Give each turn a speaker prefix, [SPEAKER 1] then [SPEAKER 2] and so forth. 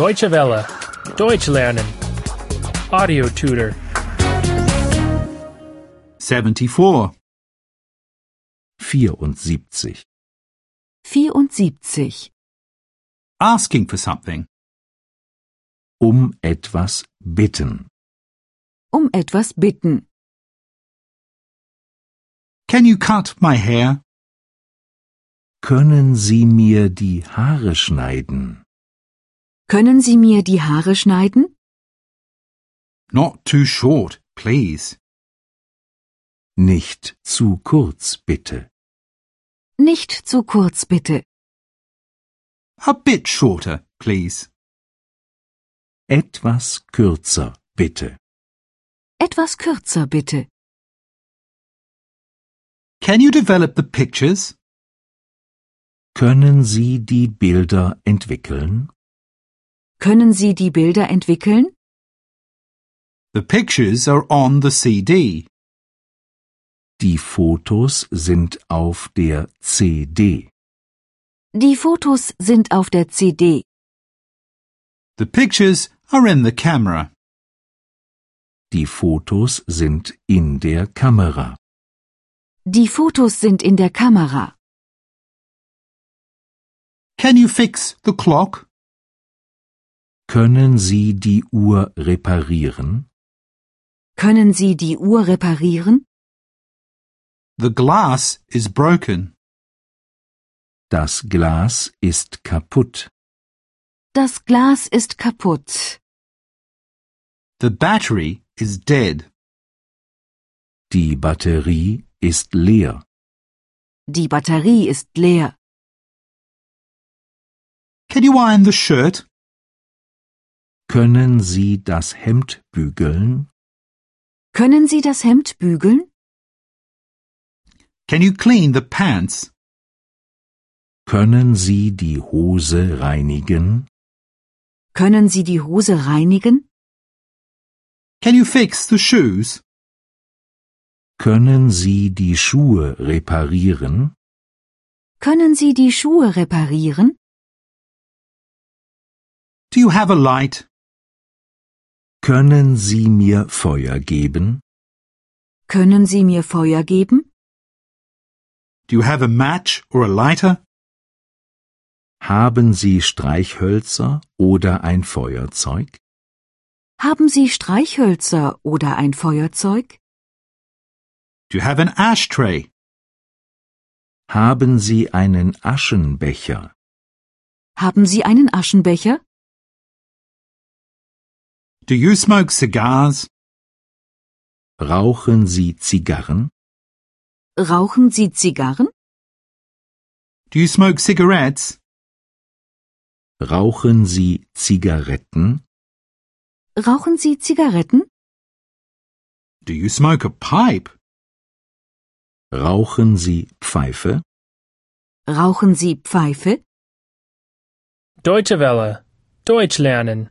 [SPEAKER 1] Deutsche Welle. Deutsch lernen. Audio tutor.
[SPEAKER 2] 74.
[SPEAKER 3] 74.
[SPEAKER 4] 74.
[SPEAKER 2] Asking for something.
[SPEAKER 3] Um etwas bitten.
[SPEAKER 4] Um etwas bitten.
[SPEAKER 2] Can you cut my hair?
[SPEAKER 3] Können Sie mir die Haare schneiden?
[SPEAKER 4] Können Sie mir die Haare schneiden?
[SPEAKER 2] Not too short, please.
[SPEAKER 3] Nicht zu kurz, bitte.
[SPEAKER 4] Nicht zu kurz, bitte.
[SPEAKER 2] A bit shorter, please.
[SPEAKER 3] Etwas kürzer, bitte.
[SPEAKER 4] Etwas kürzer, bitte.
[SPEAKER 2] Can you develop the pictures?
[SPEAKER 3] Können Sie die Bilder entwickeln?
[SPEAKER 4] Können Sie die Bilder entwickeln?
[SPEAKER 2] The pictures are on the CD.
[SPEAKER 3] Die Fotos sind auf der CD.
[SPEAKER 4] Die Fotos sind auf der CD.
[SPEAKER 2] The pictures are in the camera.
[SPEAKER 3] Die Fotos sind in der Kamera.
[SPEAKER 4] Die Fotos sind in der Kamera.
[SPEAKER 2] Can you fix the clock?
[SPEAKER 3] Können Sie die Uhr reparieren?
[SPEAKER 4] Können Sie die Uhr reparieren?
[SPEAKER 2] The glass is broken.
[SPEAKER 3] Das Glas ist kaputt.
[SPEAKER 4] Das Glas ist kaputt.
[SPEAKER 2] The battery is dead.
[SPEAKER 3] Die Batterie ist leer.
[SPEAKER 4] Die Batterie ist leer.
[SPEAKER 2] Can you iron the shirt?
[SPEAKER 3] Können Sie das Hemd bügeln?
[SPEAKER 4] Können Sie das Hemd bügeln?
[SPEAKER 2] Can you clean the pants?
[SPEAKER 3] Können Sie die Hose reinigen?
[SPEAKER 4] Können Sie die Hose reinigen?
[SPEAKER 2] Can you fix the shoes?
[SPEAKER 3] Können Sie die Schuhe reparieren?
[SPEAKER 4] Können Sie die Schuhe reparieren?
[SPEAKER 2] Do you have a light?
[SPEAKER 3] Können Sie mir Feuer geben?
[SPEAKER 4] Können Sie mir Feuer geben?
[SPEAKER 2] Do you have a match or a lighter?
[SPEAKER 3] Haben Sie Streichhölzer oder ein Feuerzeug?
[SPEAKER 4] Haben Sie Streichhölzer oder ein Feuerzeug?
[SPEAKER 2] Do you have an ashtray?
[SPEAKER 3] Haben Sie einen Aschenbecher?
[SPEAKER 4] Haben Sie einen Aschenbecher?
[SPEAKER 2] Do you smoke cigars?
[SPEAKER 3] Rauchen Sie Zigarren?
[SPEAKER 4] Rauchen Sie Zigarren?
[SPEAKER 2] Do you smoke cigarettes?
[SPEAKER 3] Rauchen Sie Zigaretten?
[SPEAKER 4] Rauchen Sie Zigaretten?
[SPEAKER 2] Do you smoke a pipe?
[SPEAKER 3] Rauchen Sie Pfeife?
[SPEAKER 4] Rauchen Sie Pfeife?
[SPEAKER 1] Deutsche Welle. Deutsch lernen.